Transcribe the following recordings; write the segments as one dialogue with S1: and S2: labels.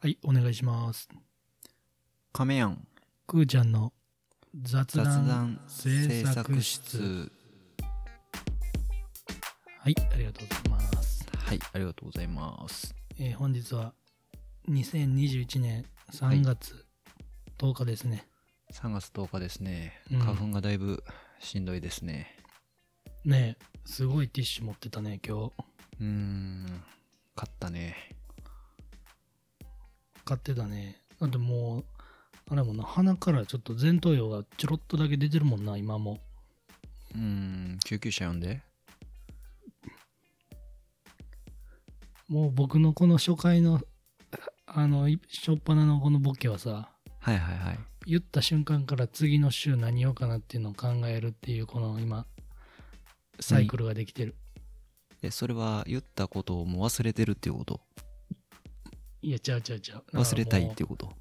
S1: はい、お願いします。
S2: カメヤン
S1: くーちゃんの雑
S2: 雑
S1: 談
S2: 談
S1: 制
S2: 制
S1: 作
S2: 作
S1: 室。
S2: 室
S1: はい、ありがとうございます。
S2: はいありがとうございます
S1: えー本日は2021年3月10日ですね。
S2: 3月10日ですね
S1: うん
S2: 花粉がだいぶしんどいですね
S1: ねえ、すごいティッシュ持ってたね、今日。
S2: うーん勝ったね
S1: 買ってたね。だってもう、あれもんな、鼻からちょっと前頭葉がちょろっとだけ出てるもんな、今も。
S2: うーん救急車呼んで
S1: もう僕のこの初回の、あの、初っ端のこのボケはさ、
S2: はいはいはい
S1: 言った瞬間から次の週何言おうかなっていうのを考えるっていうこの今サイクルができてる、
S2: えそれは言ったことをもう忘れてるっていうこと
S1: いやちゃうちゃうちゃうだからもう
S2: 忘れたいっていうこと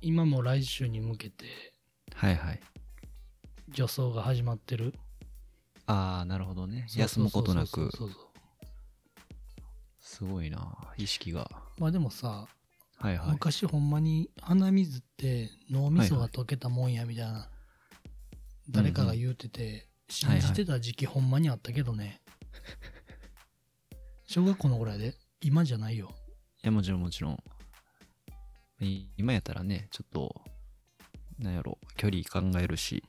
S1: 今も来週に向けて
S2: はいはい
S1: 助走が始まってる
S2: ああなるほどね休むことな
S1: そう
S2: く
S1: そうそうそう
S2: すごいな意識が
S1: まあでもさ、
S2: はいはい
S1: 昔ほんまに鼻水って脳みそが溶けたもんやみたいな誰かが言うてて信じてた時期ほんまにあったけどね小学校の頃やで今じゃないよ
S2: いや、もちろんもちろん。い今やったらね、ちょっと、なんやろ、距離考えるし、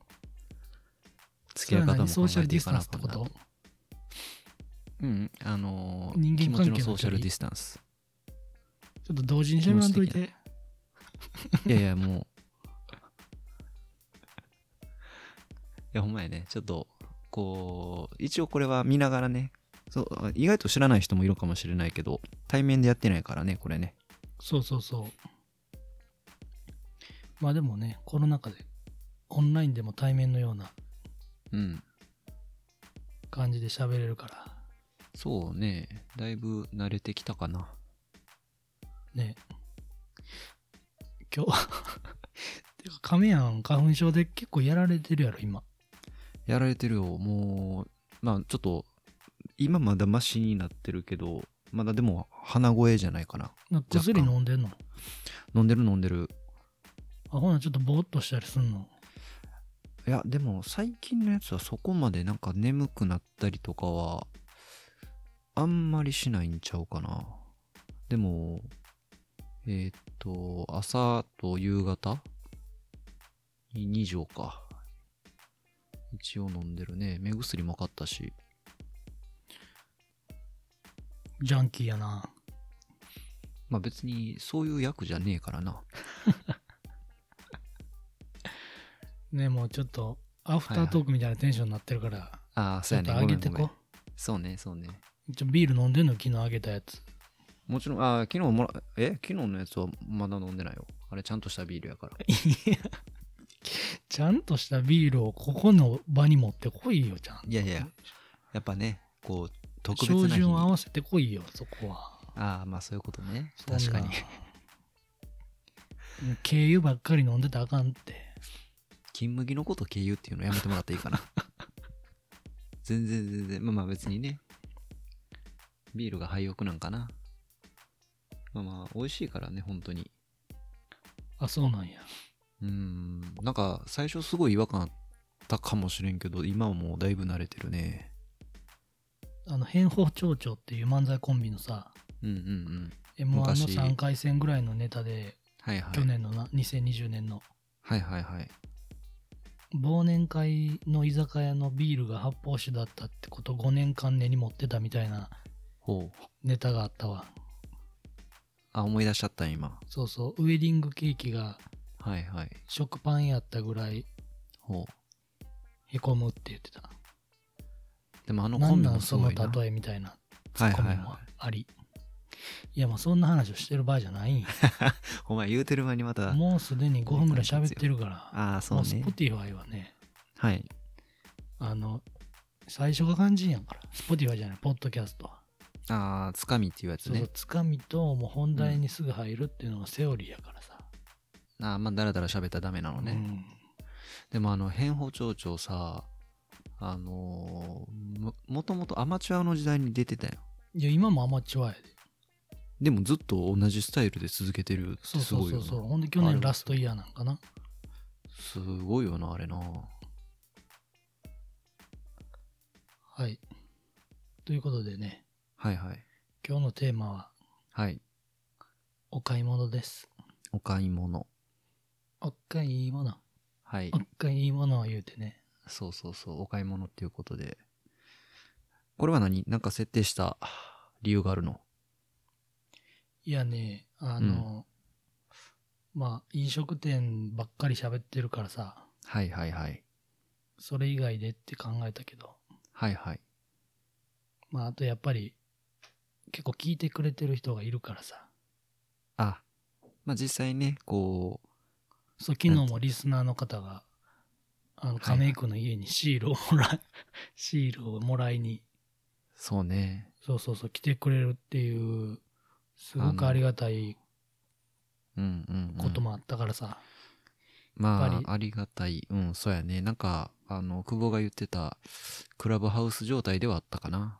S2: 付き合い
S1: それは
S2: 方も
S1: 何
S2: 考
S1: ソーシャ
S2: え
S1: ル
S2: て
S1: ディ
S2: い
S1: ス
S2: か
S1: タン
S2: な
S1: ス
S2: あ
S1: って
S2: かん
S1: こ
S2: な
S1: と
S2: と。うん、あのー
S1: 人間
S2: 気持ち
S1: 関
S2: の
S1: 係の
S2: ソーシャ
S1: 距
S2: ル
S1: 離
S2: ディスタンス。
S1: ちょっと同時に喋らんといて。
S2: いやいや、もう。 いや、ほんまやね、ちょっと、こう、一応これは見ながらね、そう意外と知らない人もいるかもしれないけど、対面でやってないからね、これね。
S1: そうそうそう。まあでもね、コロナ禍でオンラインでも対面のような
S2: うん。
S1: 感じで喋れるから、
S2: そうね、だいぶ慣れてきたかな。
S1: ね。今日 てか、亀やん花粉症で結構やられてるやろ、今。
S2: やられてるよ。もう、まあちょっと、今まだマシになってるけど、まだでも鼻声じゃないかな。
S1: なんか薬
S2: 若干
S1: 飲んでんの
S2: 飲んでる飲んでる。
S1: あ、ほな、ちょっとぼーっとしたりすんの。
S2: いや、でも最近のやつはそこまでなんか眠くなったりとかは、あんまりしないんちゃうかな。でも、えーっと、朝と夕方に2錠か。一応飲んでるね。目薬も買ったし。
S1: ジャンキーやな。
S2: まあ別にそういう役じゃねえからな。
S1: ね、もうちょっと、アフタートークみたいなテンションになってるから、
S2: ああ、
S1: ち
S2: そ
S1: ょ
S2: うや
S1: っ
S2: ね。
S1: と上げて
S2: ごめんごめ
S1: こ
S2: ん。そうね、そうね。
S1: ちょビール飲んでんの昨日あげたやつ。
S2: もちろん、ああ、昨日もら、え昨日のやつはまだ飲んでないよ。あれ、ちゃんとしたビールや から。
S1: いやちゃんとしたビールをここの場に持ってこいよ、ちゃんと。
S2: いやいや、やっぱね、こう、特別な
S1: 照
S2: 日に
S1: 準を合わせてこいよ、そこは。
S2: ああ、まあそういうことね。
S1: そんな
S2: 確かに。。
S1: 軽油ばっかり飲んでたらあかんって。
S2: 金麦のこと経由っていうのやめてもらっていいか な。全然全然、まあまあ別にね。ビールが廃屋なんかな。まあまあ、美味しいからね、本当に。
S1: あ、そうなんや。
S2: うーん、なんか最初すごい違和感あったかもしれんけど、今はもうだいぶ慣れてるね。
S1: あの、変法町長っていう漫才コンビのさ、
S2: うんうんうん。
S1: M1 の
S2: 昔
S1: 3回戦ぐらいのネタで、
S2: はいはい。
S1: 去年のな、2020年の、
S2: はいはいはい。
S1: 忘年会の居酒屋のビールが発泡酒だったってこと5年間根に持ってたみたいな
S2: ほう。
S1: ネタがあったわ。
S2: あ、思い出しちゃった今。
S1: そうそう、ウェディングケーキが
S2: はいはい。
S1: 食パンやったぐらい
S2: ほう。
S1: へこむって言ってた。
S2: でもあの
S1: な
S2: コ
S1: ん
S2: ンビ
S1: なん
S2: もす
S1: そ
S2: ご
S1: の
S2: いな。
S1: 例えみたいなツ
S2: はい
S1: ッコ
S2: はい
S1: ミ
S2: はい
S1: も。あり。いやもうそんな話をしてる場合じゃないんよ
S2: お前言うてる間にま た。
S1: もうすでに5分ぐらい喋ってるから。
S2: ああ、そ
S1: も
S2: う
S1: う
S2: ね。
S1: Spotify はね、
S2: はい。
S1: あの、最初が肝心やんから。Spotify じゃない、ポッドキャストは。
S2: ああ、つかみっていうやつ
S1: そうそう、
S2: ね。
S1: つかみともう本題にすぐ入るっていうのがセオリーやからさ。
S2: ああ、まあだらだら喋ったらダメなのね。
S1: うん
S2: でもあの、変法町長さ、あのーも、もともとアマチュアの時代に出てたよ。
S1: いや、今もアマチュアやで。
S2: でもずっと同じスタイルで続けてるって
S1: そう
S2: す
S1: そ
S2: ご
S1: う
S2: い
S1: そ
S2: よ
S1: う
S2: な
S1: そうほんで去年ラストイヤーなんかな
S2: すごいよなあれな
S1: はいということでね
S2: はいはい
S1: 今日のテーマは
S2: はい
S1: お買い物です
S2: お買い物
S1: お買い物
S2: はい
S1: お買い物を言うてね
S2: そうそうそうお買い物っていうことでこれは何なんか設定した理由があるの
S1: いやねあの、まあ飲食店ばっかり喋ってるからさ
S2: はいはいはい
S1: それ以外でって考えたけど
S2: はいはい
S1: まああとやっぱり結構聞いてくれてる人がいるからさ
S2: あまあ実際ねこう
S1: そう昨日もリスナーの方があの
S2: はいはい
S1: 亀井君の家にシールをもらい、 シールをもらいに
S2: そうね
S1: そうそうそう来てくれるっていうすごくありがたい
S2: うんうん、うん、
S1: こともあったからさ、やっぱ
S2: ま
S1: り
S2: あ、ありがたい。うん、そうやね。なんか、あの、久保が言ってた、クラブハウス状態ではあったかな。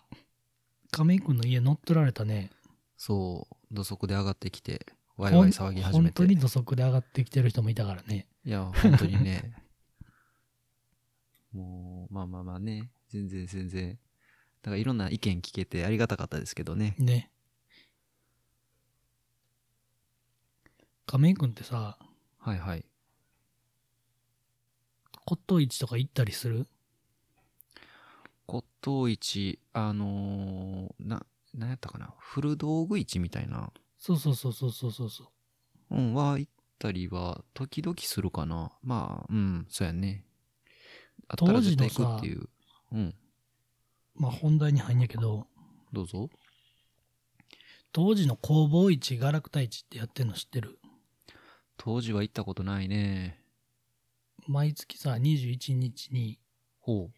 S1: 亀井君の家乗っ取られたね
S2: そう、土足で上がってきて、ワイ
S1: ほ
S2: ワ
S1: ん
S2: イ騒ぎ始め
S1: 本
S2: て。
S1: 当に土足で上がってきてる人もいたからね
S2: いや、本当にね。 もう、まあまあまあね。全然全然。だからいろんな意見聞けてありがたかったですけどね。
S1: ね亀井君ってさ
S2: はいはい。
S1: 骨董市とか行ったりする
S2: 骨董市、あのーな、なんやったかな。古道具市みたいな。
S1: そうそうそうそうそうそうそう
S2: うん、は行ったりは、時々するかな。まあ、うん、そうやね。あったら絶対行くっていう。うん、
S1: まあ本題に入んやけど
S2: どうぞ。
S1: 当時の工房市ガラクタ市ってやってんの知ってる
S2: 当時は行ったことないね。
S1: 毎月さ21日に、
S2: ほう。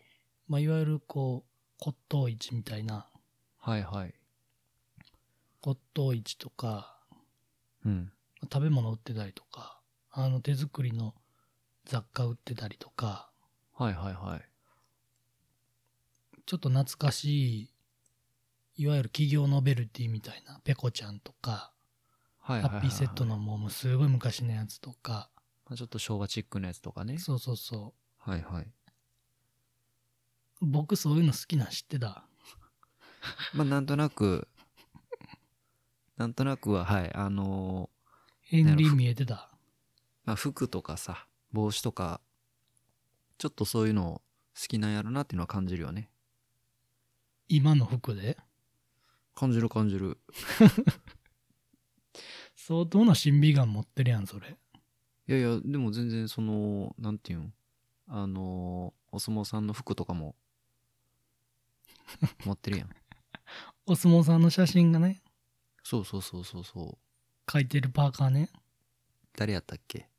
S1: まあ、いわゆるこう骨董市みたいな
S2: はいはい。
S1: 骨董市とか
S2: うん。
S1: まあ食べ物売ってたりとかあの手作りの雑貨売ってたりとか
S2: はいはいはい。
S1: ちょっと懐かしいいわゆる企業ノベルティみたいなペコちゃんとか
S2: はいはい、
S1: ハ
S2: はい。
S1: ッピーセットの。もうすごい昔のやつとか
S2: まあ、ちょっと昭和チックなやつとかね。
S1: そうそうそ
S2: はいはい。
S1: う僕そういうの好きなん知ってた
S2: まあ、なんとなく、なんとなくは、はい。あのー
S1: ヘンリー見えてた
S2: まあ、服とかさ、帽子とか、ちょっとそういうの好きなんやろなっていうのは感じるよね。
S1: 今の服で
S2: 感じる感じる。
S1: 相当な審美眼持ってるやんそれ
S2: いやいや、でも全然その、なんていうん、あのーお相撲さんの服とかも、持って るやん。
S1: お相撲さんの写真がね
S2: そうそうそうそうそう。
S1: 書いてるパーカーね
S2: 誰やったっけ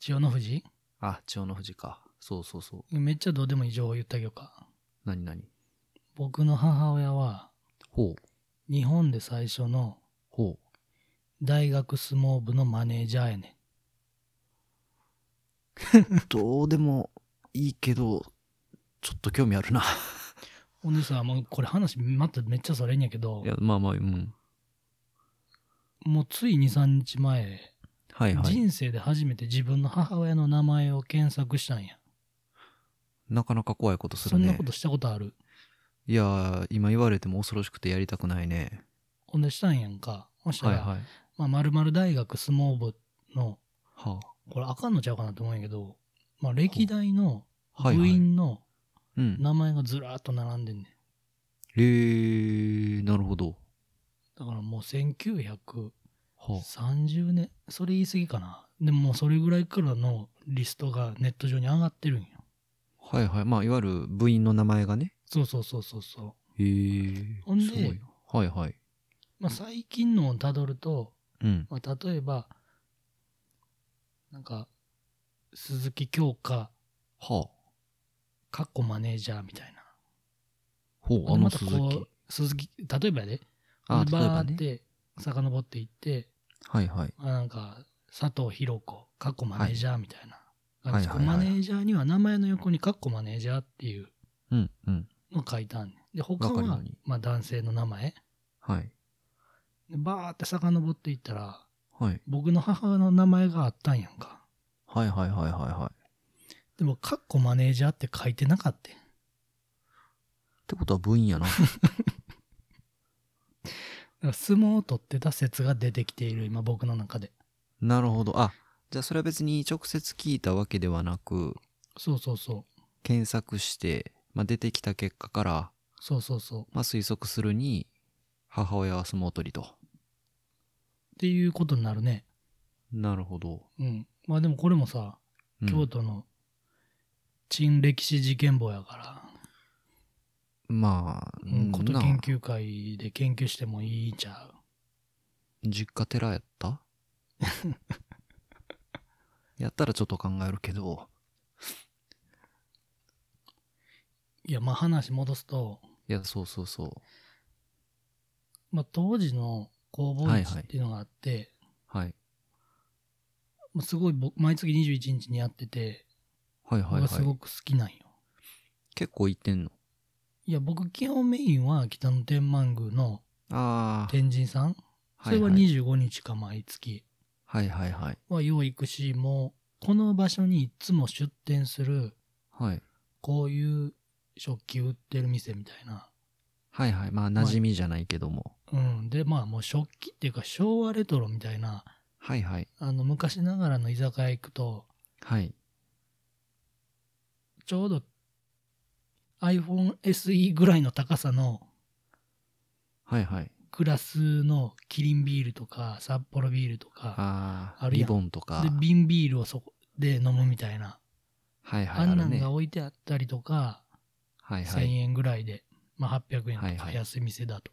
S1: 千代の富士
S2: あ、千代の富士か。そうそうそう。
S1: めっちゃどうでもいい情報言ってあげようか
S2: なになに
S1: 僕の母親は
S2: ほう、
S1: 日本で最初の
S2: ほう。
S1: 大学相撲部のマネージャーやね
S2: どうでもいいけど、ちょっと興味あるな。
S1: んほんでさもうこれ話まためっちゃそれんやけど
S2: いや、まあまあ、うん。
S1: もうつい23日前、
S2: はいはい。
S1: 人生で初めて自分の母親の名前を検索したんや
S2: なかなか怖いことす
S1: そ
S2: る
S1: んな
S2: ね
S1: こ。としたことある
S2: いやー、今言われても恐ろしくてやりたくないね。
S1: ほんでしたんやんかそした
S2: はい
S1: ら、
S2: はい。
S1: まあ、〇〇大学相撲部の
S2: は
S1: これあかんのちゃうかなと思うんやけど、まあ、歴代の
S2: あ。はい
S1: 部
S2: はい。
S1: 員の
S2: うん。
S1: 名前がずらーっと並んでんねん
S2: えー、なるほど。
S1: だからもう1930
S2: はあ。
S1: 年それ言い過ぎかなでももうそれぐらいからのリストがネット上に上がってるんよ
S2: はいはい。まあ、いわゆる部員の名前がね。
S1: そうそうそうそうそ
S2: へえ。
S1: ほんです
S2: ごいなはいはい。
S1: う、まあ、最近のをたどると、
S2: うん。
S1: まあ、例えばなんか鈴木京香
S2: はあ。
S1: かっこマネージャーみたいな
S2: ほう、
S1: ま
S2: あの
S1: た
S2: 鈴
S1: こ
S2: 木。
S1: う鈴木例えばやで
S2: あ、例え
S1: バ
S2: ば
S1: ーっ
S2: ね。
S1: て遡っていって、
S2: はいはい。
S1: あなんか佐藤弘子かっこマネージャーみたいな、
S2: はい
S1: あ
S2: はいはい
S1: マネージャーには名前の横にかっこマネージャーっていう
S2: うんうん。
S1: の書いたんねんで他
S2: わかるよ
S1: は
S2: うに
S1: まあ、男性の名前
S2: はい。
S1: でバーって遡っていったら、
S2: はい。
S1: 僕の母の名前があったんやんか。
S2: はいはいはいはいはい。
S1: でも、カッコマネージャーって書いてなかった。
S2: ってことは分やな。
S1: だから相撲を取ってた説が出てきている、今僕の中で。
S2: なるほど。あ、じゃあそれは別に直接聞いたわけではなく、
S1: そうそうそう。
S2: 検索して、まあ、出てきた結果から、
S1: そうそうそう。
S2: まあ、推測するに、母親は相撲取りと。
S1: っていうことになるね。
S2: なるほど。
S1: うん。まあでもこれもさ、
S2: うん
S1: 京都の陳歴史事件簿やから、
S2: まあ、
S1: うん、こと
S2: な
S1: 研究会で研究してもいいんちゃ
S2: 実家寺やった やったらちょっと考えるけど、
S1: う。いや、まあ話戻すと、
S2: いや、そうそうそう。
S1: まあ当時の工房
S2: はい
S1: 市
S2: はい
S1: っていうのがあって、
S2: はい。
S1: まあすごい僕、毎月21日にやってて、
S2: はい
S1: 僕
S2: はい
S1: が
S2: は
S1: す
S2: い
S1: ご。く好きなんよ。
S2: 結構行ってんの。
S1: いや、僕基本メインは北野天満宮の
S2: あ
S1: 天神さん。
S2: あ、
S1: それは
S2: はいはい
S1: 25日か毎月
S2: はいはいはい。
S1: はよう行くし、もうこの場所にいつも出店する
S2: はい。
S1: こういう食器売ってる店みたいな。
S2: はいはい。まあ、馴染みじゃないけども。
S1: うん。で、まあもう食器っていうか昭和レトロみたいな、
S2: はいはい。
S1: あの昔ながらの居酒屋行くと、
S2: はい。
S1: ちょうど iPhone SE ぐらいの高さの
S2: はいはい。
S1: グラスのキリンビールとか札幌ビールとか、
S2: ああ、
S1: ある
S2: リ
S1: やん
S2: ボンとか
S1: で、。瓶ビールをそこで飲むみたいな。
S2: はい
S1: あ
S2: はい。
S1: んな
S2: る
S1: ん
S2: ね
S1: が置いてあったりとか、
S2: はいは
S1: 1000
S2: い。
S1: 円ぐらいで、まあ800
S2: は
S1: 円
S2: い
S1: と
S2: は
S1: か
S2: い
S1: 安い店だと。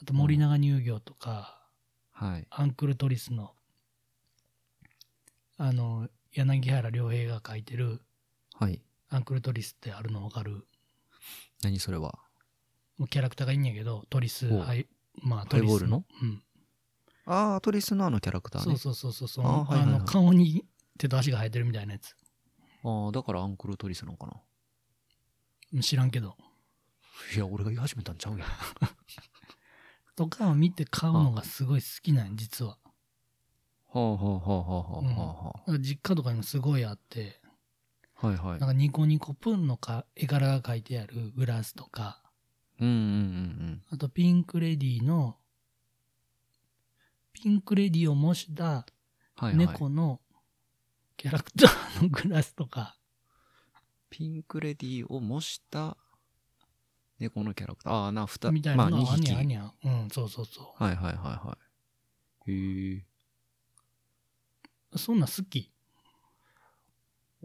S1: あと森永乳業とか、
S2: はい。
S1: アンクルトリスの、あの、柳原良平が書いてる、
S2: はい。
S1: アンクルトリスってあるのわかる
S2: 何それは。
S1: もうキャラクターがいいんやけど、トリス、
S2: ほう
S1: はい、まあ
S2: ハ
S1: ト
S2: イ
S1: リ
S2: ボー
S1: ス
S2: ルの
S1: うん。
S2: ああ、トリスのあのキャラクターね。
S1: そうそうそうそうそう。
S2: あ
S1: あ,、
S2: はいはいはい
S1: の、顔に手と足が生えてるみたいなやつ。
S2: ああ、だからアンクルトリスなのかな。
S1: うん知らんけど。
S2: いや、俺が言い始めたんちゃうやん。
S1: とかを見て買うのがすごい好きなんや実は。
S2: はあはあはあはあはあは
S1: なんか実家とかにもすごいあって、
S2: あ。はいは
S1: なん。
S2: い
S1: かニコニコプンのか絵柄が書いてあるグラスとか、
S2: うんうんうん
S1: あとピンクレディーの、ピンクレディーを模した
S2: うん。はいはい。
S1: 猫のキャラクターのグラスとか、
S2: ピンクレディーを模した猫のキャラクター。ああ、な、二
S1: みたい
S2: ま
S1: な
S2: あ、
S1: の
S2: 二
S1: があん
S2: 匹。
S1: にゃんあ
S2: は
S1: ん
S2: い
S1: にゃん。うん、そうそうそ
S2: はいはいはい。へえ。
S1: う。そんなん好き。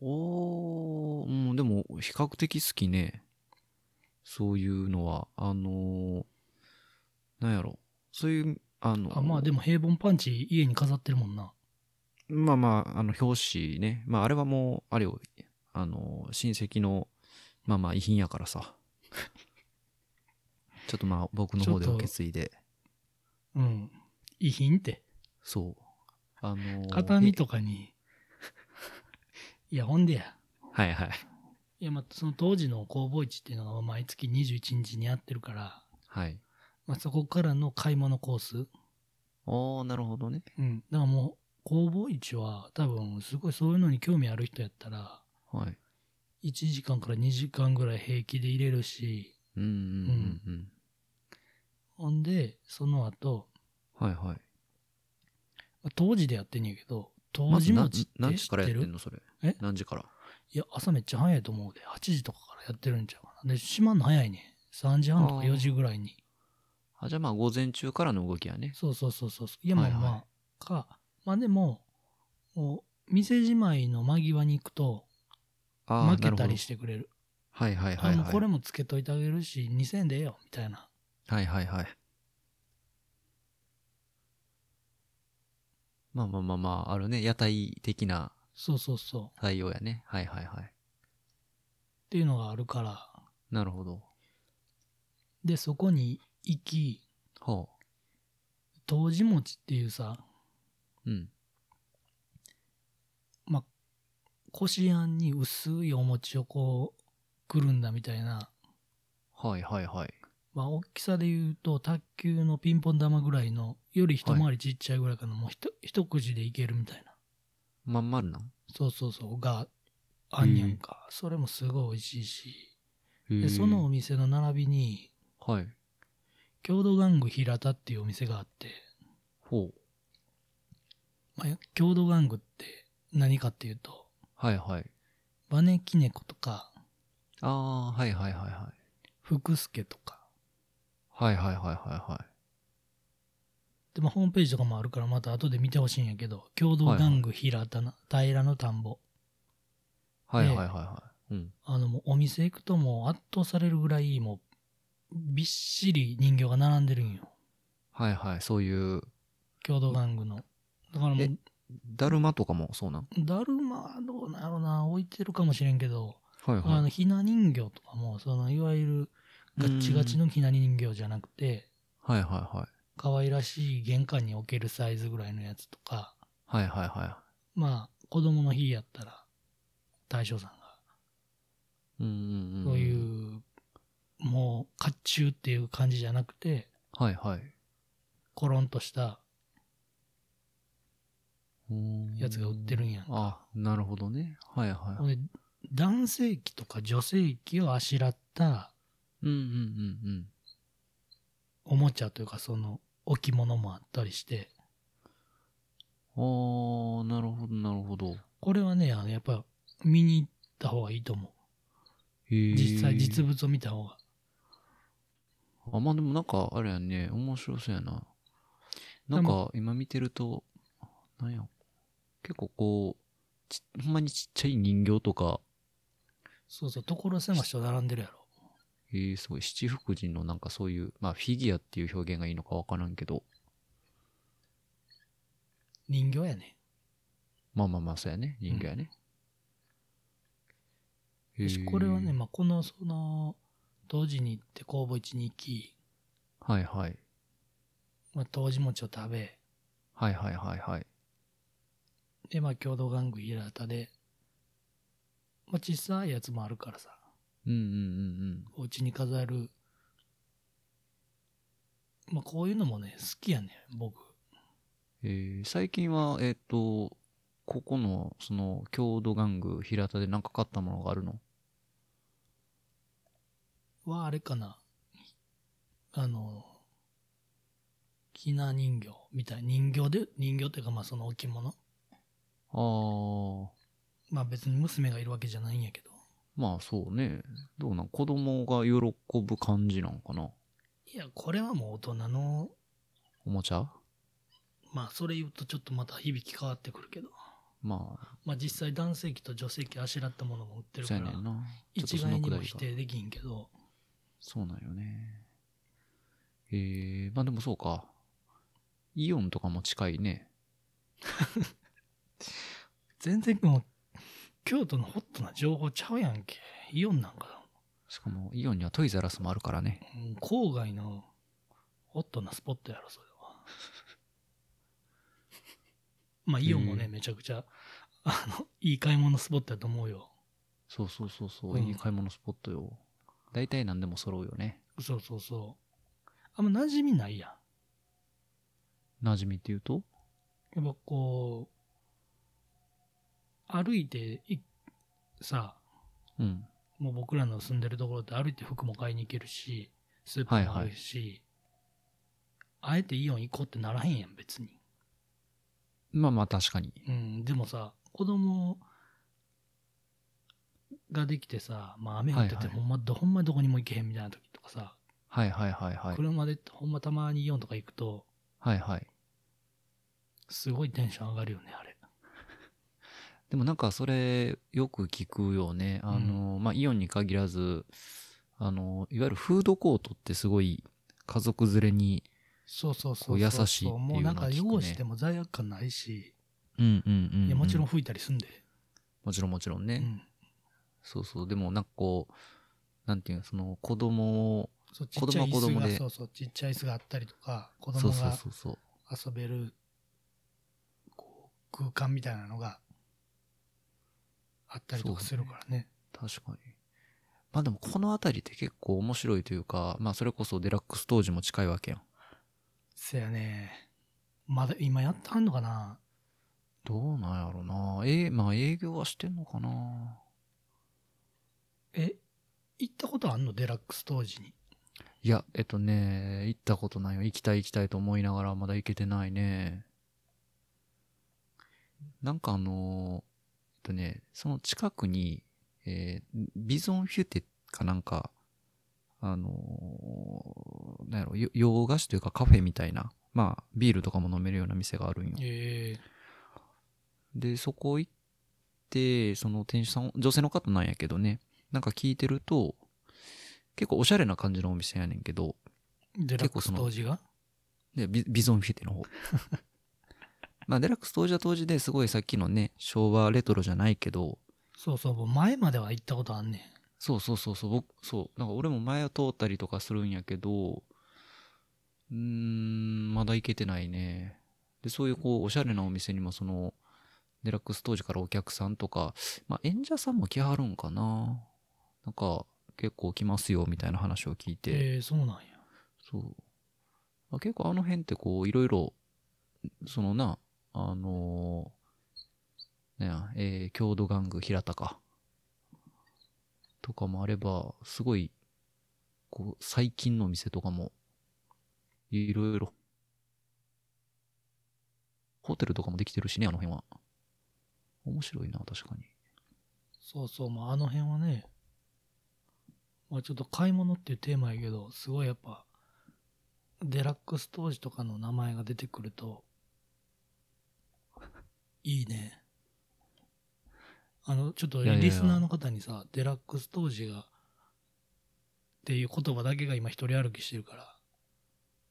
S2: おー、うん、でも、比較的好きね。そういうのは。あのー、なんやろ。そういう、あの、
S1: あまあでも平凡パンチ家に飾ってるもんな。
S2: まあまあ、あの、表紙ね。まあ、あれはもう、あれよ、あの、親戚の、まあまあ、遺品やからさ。 ちょっとまあ、僕の方で
S1: ちょっと
S2: 受け継いで、
S1: うん。遺品って。
S2: そう。あの、
S1: 形見とかに。いや、ほんでや。
S2: え。はいはい。
S1: いや、まあ、その当時の工房市っていうのが毎月21日にやってるから、
S2: はい。
S1: まあ、そこからの買い物コース。
S2: おー、なるほどね。
S1: うん。だからもう、工房市は多分、すごいそういうのに興味ある人やったら、
S2: はい。
S1: 1時間から2時間ぐらい平気で入れるし、
S2: うんうんうん
S1: ほんで、その後、
S2: うん。はいはい。
S1: まあ当時でやってんやけど、当
S2: ま
S1: 時
S2: ずな
S1: 餅っ
S2: 何
S1: て
S2: 時
S1: 知
S2: か
S1: っ
S2: らや
S1: て
S2: って
S1: る
S2: んのそれ。
S1: え
S2: 何時から
S1: いや、朝めっちゃ早いと思うで、8時とかからやってるんちゃうかな。で、閉まんの早いね。3時半とか
S2: あー
S1: 4時ぐらいに。
S2: あ、じゃあまあ、午前中からの動きやね。
S1: そうそうそうそう。いや、まあ
S2: はいはい
S1: まあ、か、まあでも、もう、店じまいの間際に行くと、
S2: あー。
S1: 負けたりしててくれる。
S2: はいはい
S1: あ
S2: はい
S1: もうこれ
S2: は
S1: もつけといてあげるし、2000円でええよ、みたいな。
S2: い。はいはいはい。まあまあまあまあ、あるね。屋台的な
S1: そうそうそう。っ
S2: 対応やね。はいはいはい。
S1: ていうのがあるから。
S2: なるほど。
S1: で、そこに行き、
S2: ほ
S1: 当時餅っていうさ、
S2: う。うん。
S1: こしあんに薄いお餅をこう、くるんだみたいな、
S2: はいはいはい。
S1: まあ、大きさで言うと、卓球のピンポン玉ぐらいの、より一回りちっちゃいぐらいかな、もうひと一口でいけるみたいな。
S2: まん丸なん
S1: そうそうそう、があんにゃんか。それもすごい美味しいし。で、そのお店の並びに、
S2: はい。
S1: 郷土玩具平田っていうお店があって、
S2: ほう。
S1: まあ、郷土玩具って何かっていうと、
S2: はいはい。
S1: バネキネコとか、
S2: ああ、はいはいはいはい。
S1: 福助とか、
S2: はいはいはいはいはい。
S1: で、まあ、ホームページとかもあるから、また後で見てほしいんやけど、郷土玩具平田な、平の田んぼ。
S2: はいは
S1: ね
S2: いはいはい。うん。
S1: あの、もうお店行くともう圧倒されるぐらい、もう、びっしり人形が並んでるんよ。
S2: はいはい。そういう、
S1: 郷土玩具の。だからも
S2: え
S1: う、
S2: だるまとかもそうなん
S1: だるま、どうなんやろな、置いてるかもしれんけど、
S2: はい
S1: あ
S2: は
S1: の、ひな人形とかも、その、いわゆる、
S2: い。
S1: ガッチガチ
S2: の。
S1: のひな人形じゃなくて、
S2: はいはいはい。
S1: 可愛らしい玄関に置けるサイズぐらいのやつとか、
S2: はいはいは
S1: まあ、子供の日やったら、大将さんが、
S2: い。うんうんん。
S1: そういう、もう、甲冑っていう感じじゃなくて、
S2: はいはい。
S1: コロンとした
S2: うーん
S1: やつが売ってるんやんか。
S2: あ、なるほどね。はいはい
S1: ほん。で男性器とか女性器をあしらった
S2: うんうんうんうん。
S1: おもちゃというか、その、置物もあったりして、
S2: ああ、なるほどなるほど。
S1: これはね、あの、やっぱ、見に行った方がいいと思う。実
S2: 実
S1: 際、実物を見た方が。
S2: あ、まあでもなんか、あれやね、面白そうやな。なん
S1: で
S2: か、今見てると、なんや、結構こう、ちほんまにちっちゃい人形とか、
S1: そうそう、所狭しと並んでるやろ。
S2: えー、すごい、七福神のなんかそういう、まあフィギュアっていう表現がいいのかわからんけど、
S1: 人形やね。
S2: まあまあまあ、そうやね、人形やね。へー
S1: これはね、、まあ、この、その、当時に行って工房市に行き、
S2: はいはい。
S1: まあ、当時餅を食べ、
S2: はいはいはいはい。
S1: で、まあ、共同玩具平田で、まあ、小さいやつもあるからさ、
S2: うんうんうん
S1: お家に飾る、まあ、こういうのもね、好きやね、僕。
S2: うん。えー、最近は、えっ、と、ここの、その、郷土玩具平田でなんか買ったものがあるの
S1: は、あれかな。あの、ひな人形みたい。人形で、人形っていうか、まあ、その置物。
S2: ああ、
S1: まあ、別に娘がいるわけじゃないんやけど。
S2: まあそうね。どうなん子供が喜ぶ感じなんかな。
S1: いや、これはもう大人の
S2: おもちゃ
S1: まあそれ言うとちょっとまた響き変わってくるけど、
S2: まあ、
S1: まあ実際男性器と女性器あしらったものも売ってる
S2: そ
S1: か
S2: う
S1: ら
S2: やね、んな。ちょっと
S1: 一
S2: その
S1: 概に
S2: くだ
S1: も
S2: り
S1: 否
S2: が。
S1: 定できんけど、
S2: そうなんよね。えー、まあでもそうか。イオンとかも近いね。
S1: 全然もう、京都のホットな情報ちゃうやんけ。イオンなんか、
S2: しかもイオンにはトイザラスもあるからね。
S1: うん郊外のホットなスポットやろ、それは。 まあイオンもね、
S2: うん
S1: めちゃくちゃ、あの、いい買い物スポットやと思うよ。
S2: そうそうそうそう、
S1: うん
S2: いい買い物スポットよ。大体何でも揃うよね。
S1: そうそうそう。あんま馴染みないやん。
S2: 馴染みっていうと
S1: やっぱこう、歩いてい、さ、
S2: うん。
S1: もう僕らの住んでるところって歩いて服も買いに行けるし、スーパーもあるし、あえてイオン行こうってならへんやん、別に。
S2: まあまあ確かに。
S1: うん、でもさ、子供ができてさ、まあ雨降って
S2: はい
S1: て
S2: はい
S1: ほんまど、ほんまどこにも行けへんみたいな時とかさ、
S2: はいはいはいはい。
S1: 車でほんまたまにイオンとか行くと、
S2: はいはい。
S1: すごいテンション上がるよね、あれ。
S2: でもなんかそれよく聞くよね。あの、まあ、イオンに限らず、あの、いわゆるフードコートってすごい家族連れに、
S1: そうそうそうそう。
S2: こう優しいっていうのは
S1: もうなんか
S2: 聞くね
S1: 用意しても罪悪感ないし、
S2: うんうんうん、
S1: いや、もちろん
S2: ん。
S1: 吹いたりすんで。
S2: もちろんもちろん
S1: う
S2: ね。
S1: ん。
S2: そうそう。でもなんかこう、なんていうの、その子供を、
S1: そう、ちっちゃい
S2: 子供は
S1: 椅子が、
S2: 子供で
S1: そうそう、ちっちゃい椅子があったりとか、子
S2: そ
S1: 供
S2: うそう
S1: が
S2: そうそう。
S1: 遊べる、こう、空間みたいなのがあったりとかするからね。
S2: 確かに。まあでもこの辺りって結構面白いというか、まあそれこそデラックス当時も近いわけやん。
S1: せやね。まだ、今やってはんのかな
S2: どうなんやろな。えまあ営業はしてんのかな。
S1: え、行ったことあんのデラックス当時に。
S2: いや、えっとね、行ったことないよ。行きたい行きたいと思いながらまだ行けてないね。なんかあのえっとね、その近くに、えービゾンフュテかなんか、あのーなんやろ、よ洋菓子というかカフェみたいな、まあ、ビールとかも飲めるような店があるんよ。
S1: え
S2: で、そこ行って、その店主さん、女性の方なんやけどね、なんか聞いてると、結構おしゃれな感じのお店やねんけど、
S1: えデラック
S2: 結構そ
S1: ス
S2: の
S1: 当時が
S2: でビビゾンフィテの方。 まあ、デラックス当時は当時ですごいさっきのね、昭和レトロじゃないけど、
S1: そうそう、もう前までは行ったことあんねん。
S2: そうそうそうそう、僕、そう、なんか俺も前を通ったりとかするんやけど、うーん、まだ行けてないね。で、そういうこう、おしゃれなお店にもその、デラックス当時からお客さんとか、まあ演者さんも来はるんかな。なんか、結構来ますよ、みたいな話を聞いて。
S1: ええそうなんや。
S2: そう。あ結構あの辺ってこう、いろいろ、そのな、あのー、ねやえー郷土玩具平田か。とかもあれば、すごい、こう、最近のお店とかも、いろいろ、ホテルとかもできてるしね、あの辺は。面白いな、確かに。
S1: そうそう、まああの辺はね、まあちょっと買い物っていうテーマやけど、すごいやっぱ、デラックス当時とかの名前が出てくると、いいね。あの、ちょっと
S2: いやいやいや
S1: リスナーの方にさ、デラックス当時が、っていう言葉だけが今一人歩きしてるから、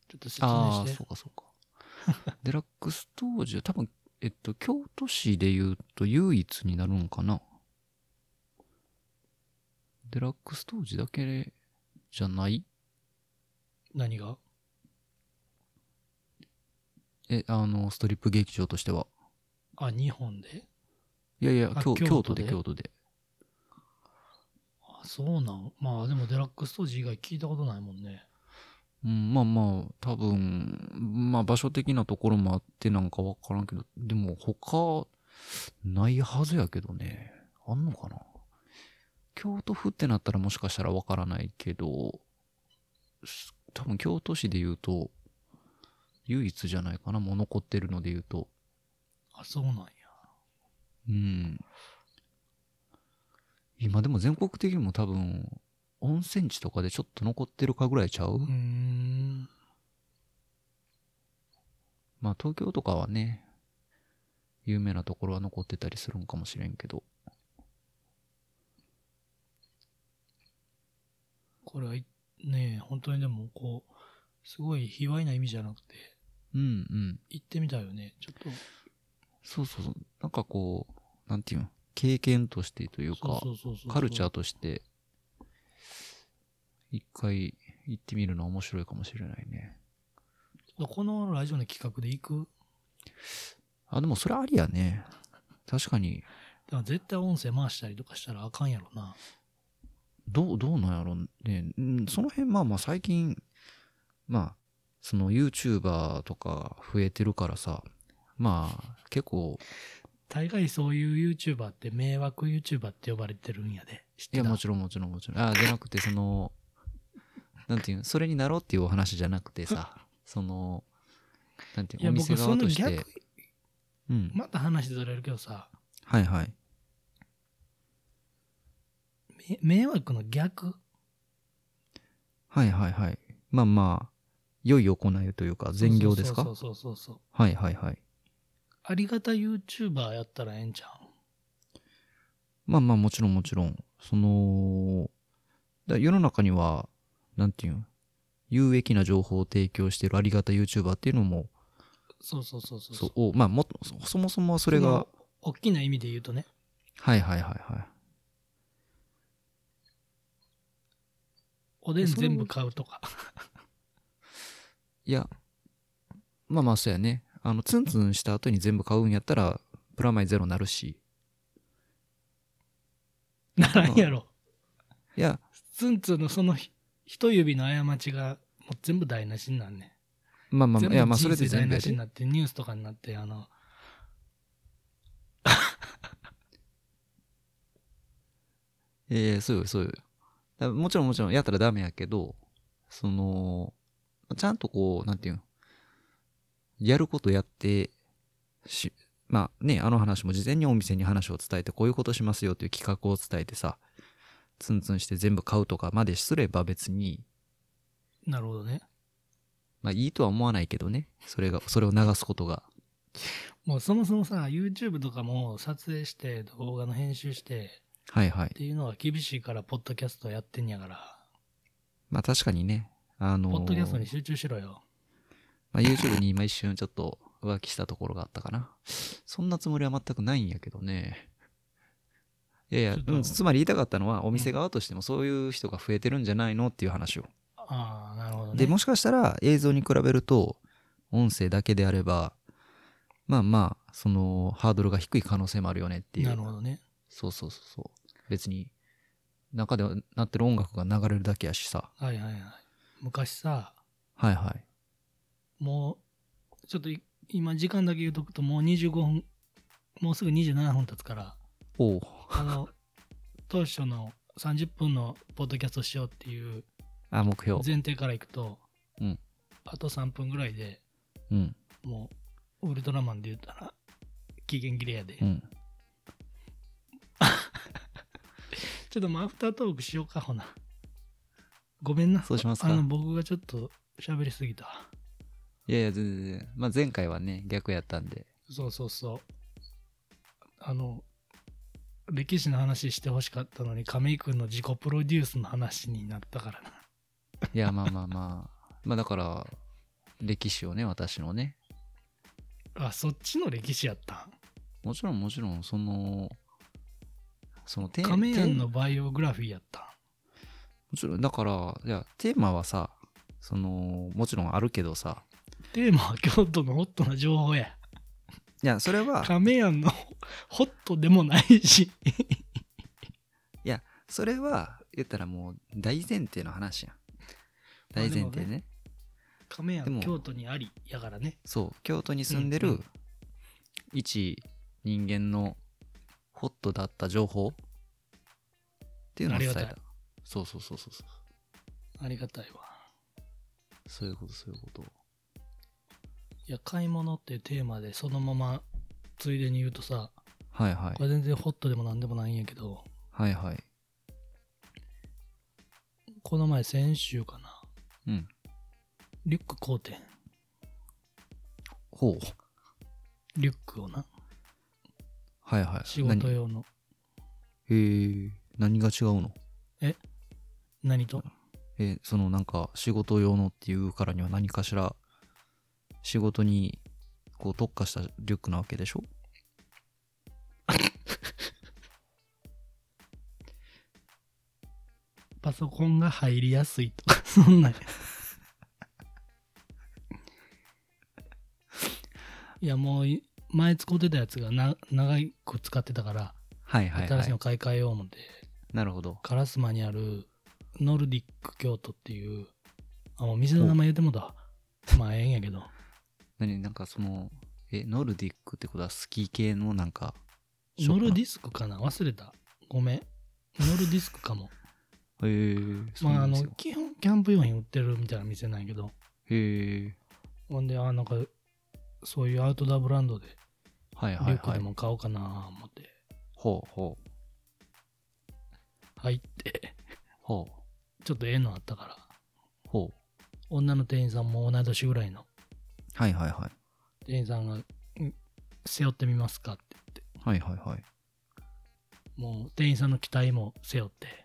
S1: ちょっと説
S2: あ
S1: 明
S2: あ
S1: し
S2: ー、
S1: て
S2: そ。うかそうか。 デラックス当時は多分、えっと、京都市で言うと唯一になるんかな。デラックス当時だけじゃない
S1: 何が
S2: え、あの、ストリップ劇場としては。
S1: あ、日本で
S2: いやいや、
S1: あ
S2: 京
S1: 京都
S2: 京都
S1: で
S2: で京都で。
S1: あ、そうなん。まあでもデラックス当時以外聞いたことないもんね。
S2: うん、まあまあ、多分、まあ場所的なところもあってなんかわからんけど、でも他、ないはずやけどね。あんのかな京都府ってなったらもしかしたらわからないけど、す多分京都市で言うと、唯一じゃないかな、もう残ってるので言うと。
S1: あ、そうなんや。
S2: うん。今でも全国的にも多分、温泉地とかでちょっと残ってるかぐらいちゃう、
S1: うーん。
S2: まあ東京とかはね、有名なところは残ってたりするんかもしれんけど。
S1: これはいねえ本当にでもこうすごい卑猥な意味じゃなくて
S2: うんうん。
S1: 行ってみたいよねちょっと
S2: そうそうそう。なんかこう、なんていうの、経験としてというか、
S1: そうそうそうそう
S2: カルチャーとして、一回行ってみるのは面白いかもしれないね。
S1: このラジオの企画で行く
S2: あ、でもそれありやね。確かに、
S1: でも絶対音声回したりとかしたらあかんやろな
S2: どう、どうなんやろね。うんその辺、まあまあ最近、まあ、その YouTuber とか増えてるからさ、まあ結構、
S1: 大概そういう YouTuber って迷惑 YouTuber って呼ばれてるんやで知っ
S2: い
S1: て
S2: や、
S1: た
S2: もちろんもちろんもちろん。ああ、じゃなくて、その、なんていうの、それになろうっていうお話じゃなくてさ、その、なんていう
S1: い
S2: の、
S1: や
S2: お店
S1: 僕そ
S2: 側
S1: の
S2: とし
S1: 逆
S2: て。うん。
S1: また話ずれるけどさ
S2: はいはい。
S1: め迷惑の逆
S2: はいはいはい。まあまあ、良い行いというか、善行ですか
S1: そうそうそうそうそう
S2: はいはいはい。
S1: ありがた YouTuber やったらええんちゃ
S2: まあまあ、もちろんもちろん。その、だ世の中には、なんていうの、有益な情報を提供しているありがた YouTuber っていうのも、
S1: うそうそうそうそう
S2: そう、おまあもっと、そそもそもはそ
S1: そ
S2: れ
S1: の
S2: が、
S1: 大きな意味で言うとね
S2: はいはいはいはい。
S1: おでん全部買うとか
S2: いや、まあまあそうやね。あの、ツンツンした後に全部買うんやったら、プラマイゼロになるし。
S1: ならんやろ
S2: いいや、
S1: ツンツンのそのひ一指の過ちがもう全部台無しになんね
S2: まあまあ
S1: ん。全
S2: まあ、
S1: 部
S2: いや、まあ、それで
S1: 人生
S2: 全
S1: 台
S2: 部や
S1: 無しに
S2: で。
S1: なってニュースとかになって、あの、
S2: ええそうよ、そうよ。だもちろん、もちろん、やったらダメやけど、その、ちゃんとこう、なんていうの、やることやって、し、まあね、あの話も事前にお店に話を伝えて、こういうことしますよっていう企画を伝えてさ、ツンツンして全部買うとかまですれば別に、
S1: なるほどね。
S2: まあいいとは思わないけどね、それが、それを流すことが。
S1: もうそもそもさ、YouTube とかも撮影して動画の編集して
S2: はいはい
S1: っ。ていうのは厳しいから、ポッドキャストやってんやから、
S2: まあ確かにね、あのー
S1: ポッドキャストに集中しろよ。
S2: まあ、YouTube に今一瞬ちょっと浮気したところがあったかな。そんなつもりは全くないんやけどね。いやいや、
S1: ちょっと
S2: うんつまり言いたかったのは、お店側としてもそういう人が増えてるんじゃないのっていう話を。
S1: ああ、なるほどね。
S2: で、もしかしたら映像に比べると、音声だけであれば、まあまあ、その、ハードルが低い可能性もあるよねっていう。
S1: なるほどね。
S2: そうそうそうそう。別に、中でなってる音楽が流れるだけやしさ。
S1: はいはいはい。昔さ、
S2: はいはい。
S1: もう、ちょっとい今時間だけ言うとくと、もう25分、もうすぐ27分経つから、
S2: おう。
S1: あの、当初の30分のポッドキャストしようっていう
S2: あ、目標。
S1: 前提からいくと、
S2: うん
S1: あと3分ぐらいで
S2: うん。
S1: もう、ウルトラマンで言ったら、期限切れやで。
S2: うん。
S1: ちょっともうアフタートークしようか、ほな。ごめんな。
S2: そうしますか
S1: あの、僕がちょっと喋りすぎた。
S2: いやいや、全然全然。まあ、前回はね、逆やったんで。
S1: そうそうそう。あの、歴史の話してほしかったのに、亀井君の自己プロデュースの話になったからな。
S2: いや、まあまあまあ。まあ、だから、歴史をね、私のね。
S1: あ、そっちの歴史やった
S2: もちろん、もちろん、その、そのテ
S1: ん。
S2: ーマ。
S1: 亀
S2: テ
S1: 庵
S2: ーマ
S1: の
S2: も
S1: バイオグラフィーやったん。
S2: ちろん、だから、いや、テーマはさ、その、もちろんあるけどさ。
S1: テーマは京都のホットな情報や。
S2: いや、それは、
S1: 亀庵のホットでもないし。
S2: それは、言ったらもう、大前提の話や
S1: ま
S2: ん。
S1: あ
S2: 大前提
S1: でも
S2: ね。
S1: 亀
S2: で
S1: 庵
S2: も
S1: 京都にありやからね。
S2: そう、京都に住んで
S1: うんう
S2: る
S1: ん、
S2: 一人間のホットだった情報っていうのを伝え
S1: ありが
S2: た
S1: た。
S2: そうそうそうそうそう。
S1: ありがたいわ。
S2: そういうこと、そういうこと。
S1: いや、買い物っていうテーマでそのままついでに言うとさ、
S2: はいはい
S1: こ。れ全然ホットでもなんでもないんやけど、
S2: はいはい。
S1: この前先週かな、
S2: うん。
S1: リュック買うてん。
S2: ほう。
S1: リュックをな、
S2: はいはい。
S1: 仕事用の。
S2: 何。へえ。何が違うの
S1: 何と
S2: え、そのなんか、仕事用のっていうからには何かしら、仕事に、こう特化したリュックなわけでしょ
S1: パソコンが入りやすいと か、そんなんや。いや、もうい、前使ってたやつがな長く使ってたから、
S2: はいはい
S1: 新
S2: は
S1: しい
S2: い
S1: の。買い替えよう思って、
S2: なるほど。
S1: カラスマにあるノルディック京都っていう、あ、もう店の名前言ってもうた。まあ、ええんや けど。
S2: 何なんかその、え、ノルディックってことはスキー系のなんか、
S1: ノルデ
S2: ィッ
S1: ィスクかな忘れた。ごめん。ノルディスクか も。
S2: クへえ、そ
S1: ま
S2: う
S1: あ、
S2: な
S1: あ
S2: んで
S1: の
S2: すよ。、
S1: 基本キャンプ用品売ってるみたいな店なんやけど、
S2: へえ、
S1: ほんで、あ、なんか、そういうアウトドアブランドで、
S2: はい
S1: リ
S2: は
S1: ュ
S2: い
S1: ック
S2: は
S1: で
S2: い。
S1: も買おうかなぁ思って、
S2: ほうほう。
S1: 入って、
S2: ほ
S1: ちょっとええのあったから、
S2: う。ほう。
S1: 女の店員さんも同い年ぐらいの
S2: はいはいはい。
S1: 店員さんが、ん背負ってみますかって言って、
S2: はいはいはい。
S1: もう店員さんの期待も背負って、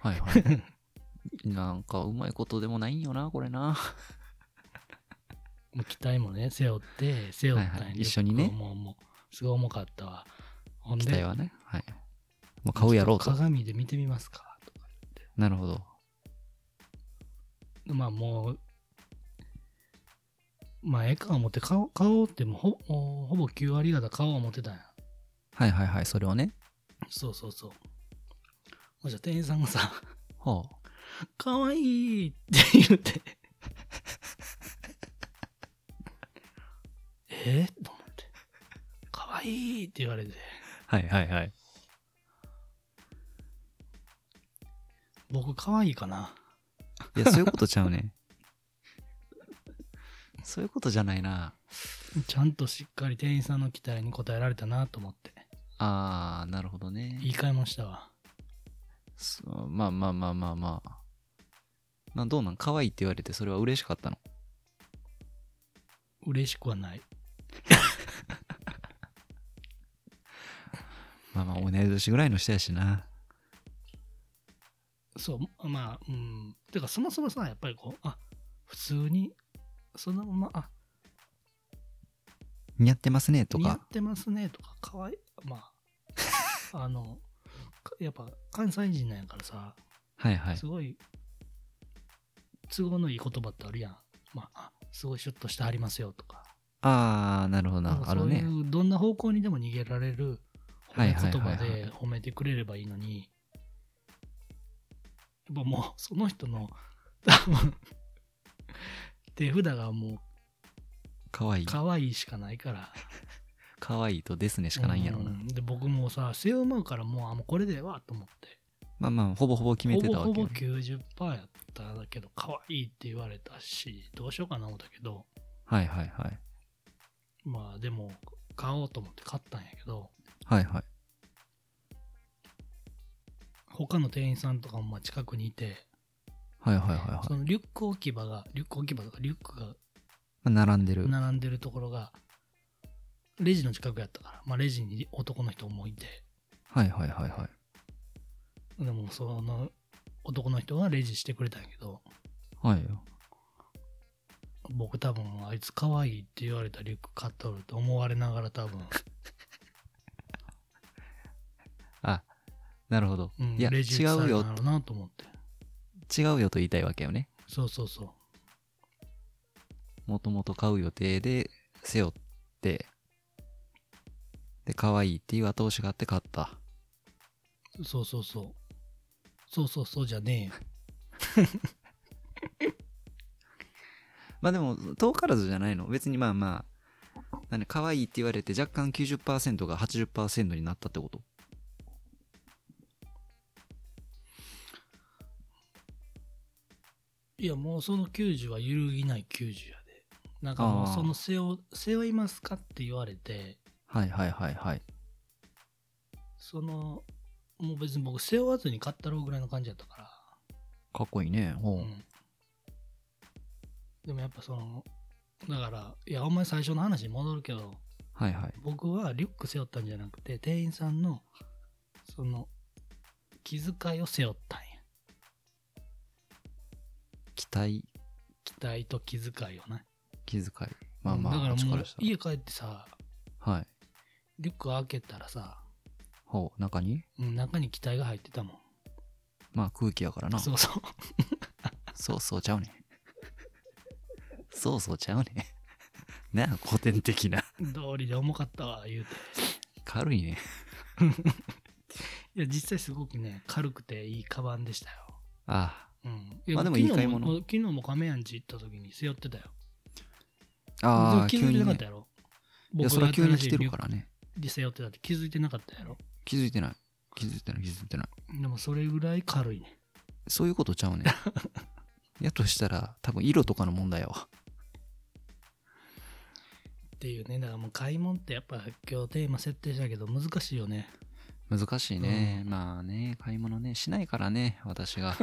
S2: はいはい。 なんかうまいことでもないんよな、これな。
S1: もう期待もね、背負って、背負ったんや
S2: はいはい一緒にね
S1: リュックをもう、もう、すごい重かったわ。ほん
S2: 期待
S1: で、
S2: はね。はい。もう買うやろう
S1: ちょ
S2: と
S1: っ。鏡で見てみますかとか
S2: なるほど。
S1: まあもう、まあええか思って買おう、買おうってもうほもうほぼ9割方買おう思ってたんや。
S2: はいはいはい、それをね。
S1: そうそうそう。ほんじゃ店員さんがさ、
S2: は
S1: かわいいって言うて。 えーと思って。かわいいって言われて。
S2: あ、はいはいはい。
S1: 僕かわいいかない
S2: や、そういうことちゃうね。 そういうことじゃないな。
S1: ちゃんとしっかり店員さんの期待に応えられたなと思って。
S2: あー、なるほどね。
S1: 言い換えましたわ。
S2: そうまあまあまあまあまあ。などうなん可愛いって言われてそれは嬉しかったの
S1: 嬉しくはない。
S2: まあまあ同い年ぐらいの人やしな。
S1: そう、まあ、うん。てか、そもそもさ、やっぱりこう、あ、普通に、そのまま、あ、
S2: 似合ってますねと
S1: 似合
S2: か。
S1: ってますねとか、かわいい。 まあ、あの、かやっぱ関西人なんやからさ、
S2: はいはい
S1: す。ごい、都合のいい言葉ってあるやん。まあ、あすごいシュッとしてありますよとか。
S2: あー、なるほど
S1: なん
S2: な。
S1: か
S2: あ
S1: そうい
S2: るね。
S1: う、どんな方向にでも逃げられる褒
S2: はい
S1: め
S2: はい
S1: 言
S2: はいは
S1: 葉
S2: い
S1: で褒めてくれればいいのに、やっぱもう、その人の、多分手札がも
S2: 可愛
S1: う、
S2: い。
S1: 可愛いしかないから。
S2: 可愛いとですねしかないんやろうな。
S1: うんで、僕もさ、背負うからもう、あ、もうこれでええわと思って。
S2: まあまあ、ほぼほぼ決めてたわけ
S1: ほぼ
S2: よ
S1: ほぼ90%やったんだけど可愛いって言われたしどうしようかな思ったけど
S2: はいはいはい。
S1: まあでも買おうと思って買ったんやけど
S2: はいはい。
S1: 他の店員さんとかもまあ近くにいて、
S2: はいはいはいはい。
S1: そのリュック置き場がリュック置き場とかリュックが
S2: まあ並んでる。
S1: 並んでるところがレジの近くやったから、まあ、レジに男の人もいて
S2: はいはいはいはい。
S1: でもその男の人がレジしてくれたんやけど
S2: はいよ。
S1: 僕多分あいつ可愛いって言われたリュック買っとると思われながら多分、
S2: あ、なるほど。
S1: うん、
S2: いや、
S1: レジ
S2: 違うよ
S1: な、のなと思って
S2: 違うよと言いたいわけよね。
S1: そうそうそう
S2: もともと買う予定で背負って、で、可愛いっていう後押しがあって買った。
S1: そうそうそう。そうそうそうじゃね
S2: まあでも、遠からずじゃないの。別にまあまあ、なんで可愛いって言われて若干90%が80%になったってこと
S1: えよ。いや、もうその90は揺るぎない90やで。なんかもう
S2: あー
S1: その背負、背負いますかって言われて、
S2: はいはいはいはい。
S1: その、もう別に僕背負わずに買ったろうぐらいの感じやったか
S2: かっこいいね。
S1: ら。
S2: ほう。
S1: うん。でもやっぱその、だから、いや、お前最初の話に戻るけど、
S2: はいはい。
S1: 僕はリュック背負ったんじゃなくて、店員さんの、その、気遣いを背負ったんや。
S2: 期待、
S1: 期待と気遣いをね。
S2: 気遣い。まあまあ、
S1: だから
S2: こっち
S1: も
S2: から
S1: う
S2: し、たら
S1: 家帰ってさ、
S2: はい。
S1: リュック開けたらさ、
S2: ほう、中に
S1: うん中に機体が入ってたも
S2: まあ空気やから
S1: ん。
S2: な。
S1: そうそう。
S2: そうそうちゃうねん。 そうそうちゃうねん。 なあ、古典的な。
S1: 道理で重かったわ、言うて。
S2: 軽いね。
S1: いや、実際すごくね、軽くていいカバンでしたよ。
S2: あ
S1: うん。いや
S2: まあでも
S1: 昨
S2: いい
S1: 日
S2: 買い物
S1: 昨日も亀やんち行った時に背負ってたよ。
S2: あ。ああ、
S1: で
S2: 急
S1: も気づいて
S2: に、
S1: なかっ
S2: ね
S1: た。やろ。
S2: いや、それは急に来てるからね。
S1: ら。背負ってたって気づいてなかったやろ。
S2: 気づいてない。気づいてない、気づいてない。
S1: でもそれぐらい軽いね。
S2: そういうことちゃ うねん。やとしたら、多分色とかの問題やわ。
S1: っていうね、だからもう買い物ってやっぱ今日テーマ設定したけど難しいよね。
S2: 難しいね。
S1: う
S2: まあね、買い物ね、しないからね、私が。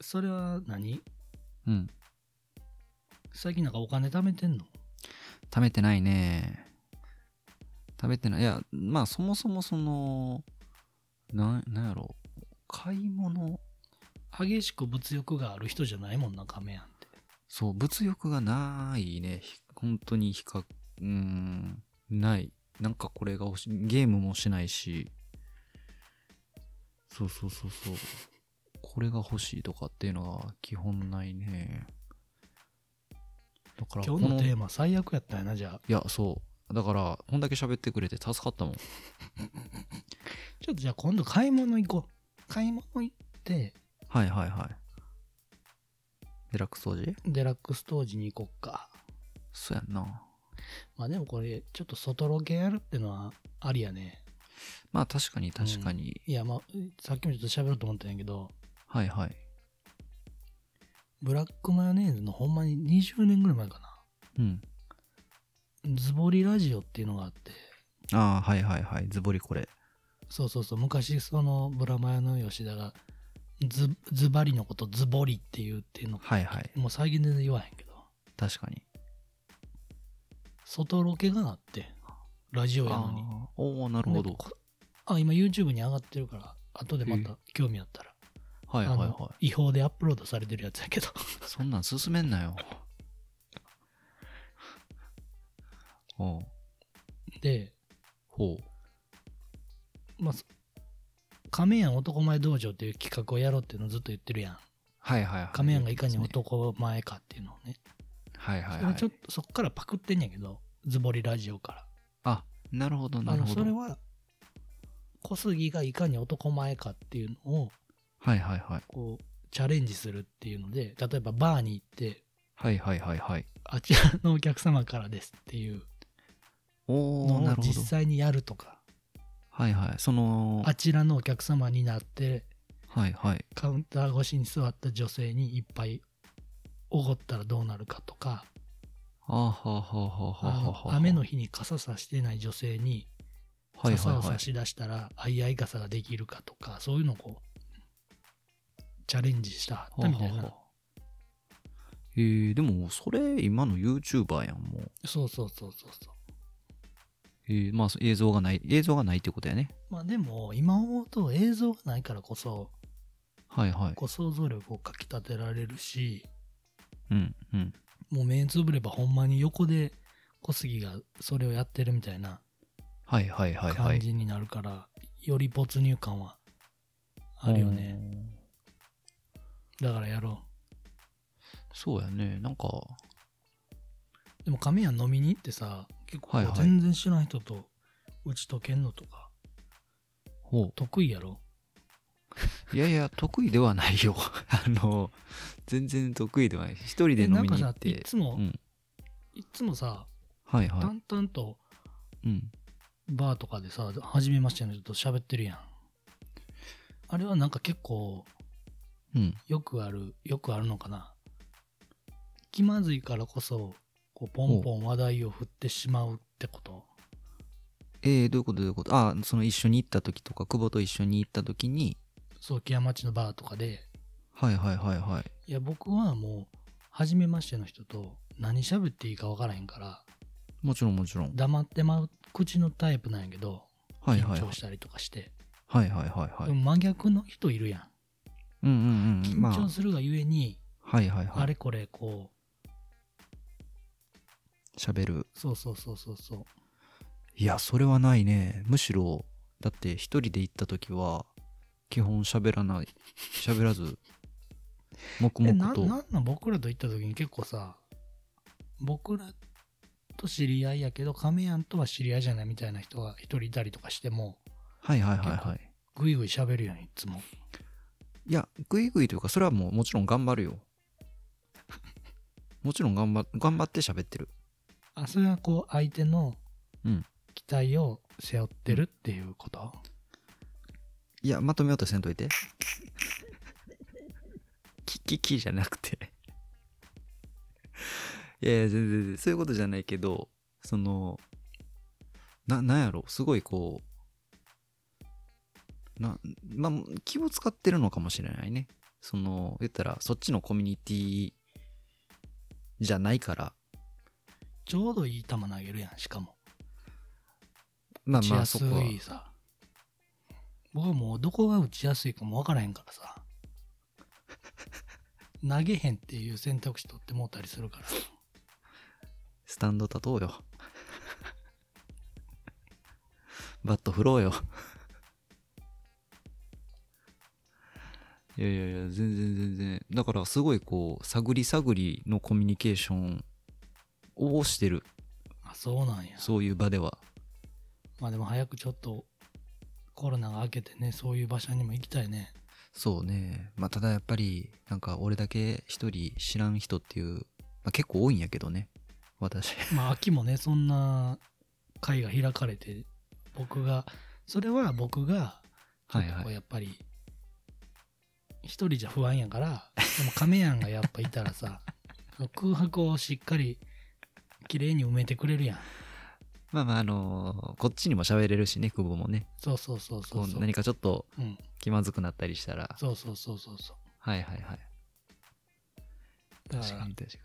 S1: それは何
S2: うん。
S1: 最近なんかお金貯めてんの
S2: 食べてないね。食べてない。いや、まあそもそもその、なん、なんやろう。買い物、
S1: 激しく物欲がある人じゃないもんな、亀やんって。
S2: そう、物欲がないね。ひ本当に比較、うーん、ない。なんかこれが欲しい。ゲームもしないし。そうそうそうそう。これが欲しいとかっていうのは基本ないね。だから
S1: 今
S2: こ
S1: 日の
S2: の、
S1: テ
S2: い
S1: ーマ最悪やったんやな、じゃあ。
S2: や、そう。だから、こんだけ喋ってくれて助かったもん。
S1: ちょっとじゃあ今度買い物行こう。買い物行って、
S2: はいはいはい。デラックス掃除
S1: デラックス当時に行こっか。
S2: そうやんな。
S1: まあでもこれ、ちょっと外ロケやるってのはありやね。
S2: まあ確かに確かに。
S1: いや、まあ、さっきもちょっと喋ろうと思ったんやけど、
S2: はいはい。
S1: ブラックマヨネーズのほんまに20年ぐらい前か
S2: うん。
S1: な。ズボリラジオっていうのがあって、
S2: ああ、はいはいはい。ズボリこれ。
S1: そうそうそう、昔そのブラマヨの吉田が、ズ、ズバリのことズボリって言うっていうの、
S2: はいはい。
S1: もう最近全然言わへんけど、
S2: 確かに。
S1: 外ロケがあって、ラジオやのに。
S2: あーおおなるほ
S1: で
S2: ど。
S1: こあ、今 YouTube に上がってるから、後でま
S2: へ
S1: た興味あったら。
S2: はいはい
S1: あ
S2: は
S1: の違法でアップロードされてるやつやけど。
S2: い。そんなん進めんなよ。おう
S1: で、
S2: ほう。
S1: まあ、そ亀やん男前道場っていう企画をやろうっていうのをずっと言ってるやん。
S2: はいはいはい。
S1: 亀やんがいかに男前かっていうのをね。
S2: はいはい
S1: そ
S2: は
S1: れ
S2: い
S1: ちょ。っとそっからパクってんやけど、ズボリラジオから。
S2: あ、なるほどな
S1: あ
S2: る
S1: の
S2: ほ
S1: それ
S2: ど。
S1: は小杉がいかに男前かっていうのを
S2: はいはいはい。
S1: こうチャレンジするっていうので例えばバーに行って
S2: はいはいはいはい。
S1: あちらのお客様からですっていう
S2: お
S1: の
S2: お
S1: を
S2: なるほ
S1: 実
S2: ど。
S1: 際にやるとか
S2: はいはい。その、
S1: あちらのお客様になって
S2: はいはい。
S1: カウンター越しに座った女性にいっぱいおごったらどうなるかとか
S2: あはあはあはあはあは
S1: あ
S2: あは
S1: の
S2: あ。
S1: 雨の日に傘さしてない女性に
S2: はいはい
S1: 傘を
S2: は
S1: 差
S2: い。
S1: し出したらあいあい傘ができるかとかそういうのをこうチャレンジしたはったみたい
S2: はあ
S1: な
S2: はあはあえー、でもそれ今の YouTuber やんもう、
S1: そうそうそうそうそう。
S2: えーまあ映像がない映像がないってことやね
S1: まあでも、今思うと映像がないからこそ、
S2: はいはい
S1: こう想像力をかきたてられるし、
S2: うんうん
S1: もう目つぶればほんまに横で小杉がそれをやってるみたいな
S2: はいはいはいは
S1: 感
S2: い
S1: じになるから、より没入感はあるよね。だからやろ
S2: うんそうやねなんか
S1: う。でも亀屋飲みに行ってさ、結構こう
S2: はいはい
S1: 全然知らない人と打ち解けんのとか、
S2: ほ
S1: 得意やろ
S2: ういやいや得意ではないよ あの全然得意ではない一人で
S1: え
S2: 飲
S1: なん
S2: み
S1: か
S2: に行
S1: さ
S2: っ、
S1: い
S2: て
S1: つも、
S2: うん
S1: いつもさ、
S2: はいは
S1: 淡々と
S2: いうん
S1: バーとかでさ、初めましての人と喋ってるやん。あれはなんか結構
S2: うん
S1: よくある、よくあるのかな。気まずいからこそ、こうポンポン話題を振ってしまうってこと。
S2: えー、どういうことどういうことあその一緒に行った時とか久保と一緒に行った時に
S1: そう、木屋町のバーとかで。
S2: はいはいはいはい
S1: いや、僕はもう、初めましての人と何喋っていいか分からへんから、
S2: もちろんもちろん
S1: 黙ってまう口のタイプなんやけど、
S2: はいは
S1: 緊
S2: いはい
S1: 張したりとかして。
S2: はいはいはいはい
S1: でも真逆の人いるやん。
S2: うんうんうん。
S1: 緊
S2: ま
S1: 張するがゆえに、
S2: あ、はいはいは
S1: あ
S2: い。
S1: れこれこ
S2: 喋る。
S1: う、そうそうそうそうそう。
S2: いや、それはないね。むしろ、だって一人で行った時は、基本喋らない。喋らず、黙
S1: え
S2: 々
S1: な
S2: と。
S1: なんなん僕らと行った時に結構さ僕らと知り合いやけど亀やんとは知り合いじゃないみたいな人が一人いたりとかしても
S2: はいはいはいはい。
S1: ぐいぐい喋るやんいつも
S2: いや、ぐいぐいというか、それはもうもちろん頑張るよ。もちろん頑張頑張って喋ってる。
S1: あそれはこう相手の
S2: うん
S1: 期待を背負ってるっていうこと、
S2: いや、まとめようとせんといて。キキキじゃなくて。いやいや、全然全然、そういうことじゃないけど、その、な、なんやろ、すごいこう、な、まあ、気を使ってるのかもしれないね。その、言ったら、そっちのコミュニティじゃないから、
S1: ちょうどいい球投げるやんしかも
S2: まあ
S1: 打ち
S2: まあ、
S1: や
S2: そ
S1: す
S2: こは。
S1: いさ僕はもうどこが打ちやすいかもわからへんからさ投げへんっていう選択肢取ってもうたりするから
S2: スタンド立とうよ。バット振ろうよ。いやいやいや、全然全然。だからすごいこう、探り探りのコミュニケーションをしてる。
S1: あそうなんや。
S2: そういう場では。
S1: まあでも早くちょっとコロナが明けてね、そういう場所にも行きたいね。
S2: そうね。まあ、ただやっぱり、なんか俺だけ一人知らん人っていう、まあ、結構多いんやけどね。私。
S1: まあ秋もね、そんな会が開かれて、僕が、それは僕が、ちょっと
S2: はい
S1: こ
S2: は
S1: う
S2: い
S1: やっぱり、一人じゃ不安やから、でも亀やんがやっぱいたらさ、その空白をしっかり綺麗に埋めてくれるやん。
S2: まあまあ、あのーこっちにも喋れるしね、久保もね。
S1: そうそうそうそ
S2: こ
S1: う
S2: う
S1: そう。
S2: 何かちょっと
S1: うん。
S2: 気まずくなったりしたら。
S1: そうそうそうそうそう。
S2: はいはいはい。
S1: だ
S2: 確
S1: か
S2: からに確かに。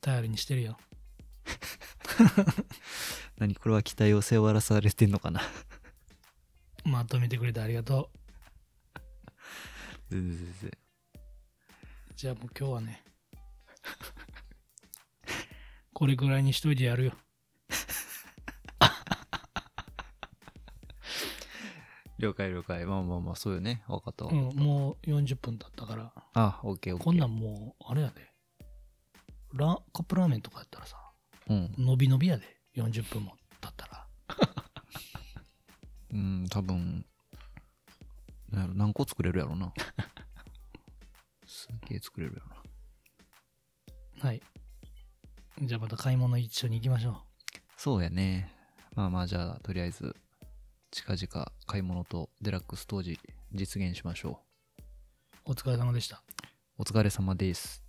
S1: 頼りにしてるよ。
S2: 何これは期待を背負わされてんのかな
S1: まとめてくれてありがとう。
S2: 全然全然。
S1: じゃあもう今日はね、 これくらいにしといてやるよ。
S2: 了解了解。まあまあまあ、そうよね。わかったわ。
S1: うん、もう40分経ったから、
S2: あ、オッケーオッケー。
S1: こんなんもう、あれやで。ラカップラーメンとかやったらさ、
S2: うん。
S1: 伸び伸びやで。40分も経ったら。
S2: うん、多分、なんやろ何個作れるやろな。 すっげえ作れるやろな。
S1: はい。じゃあまた買い物一緒に行きましょう。
S2: そうやね。まあまあ、じゃあ、とりあえず、近々買い物とデラックス当時実現しましょ
S1: お疲れ様でした。
S2: う。お疲れ様です。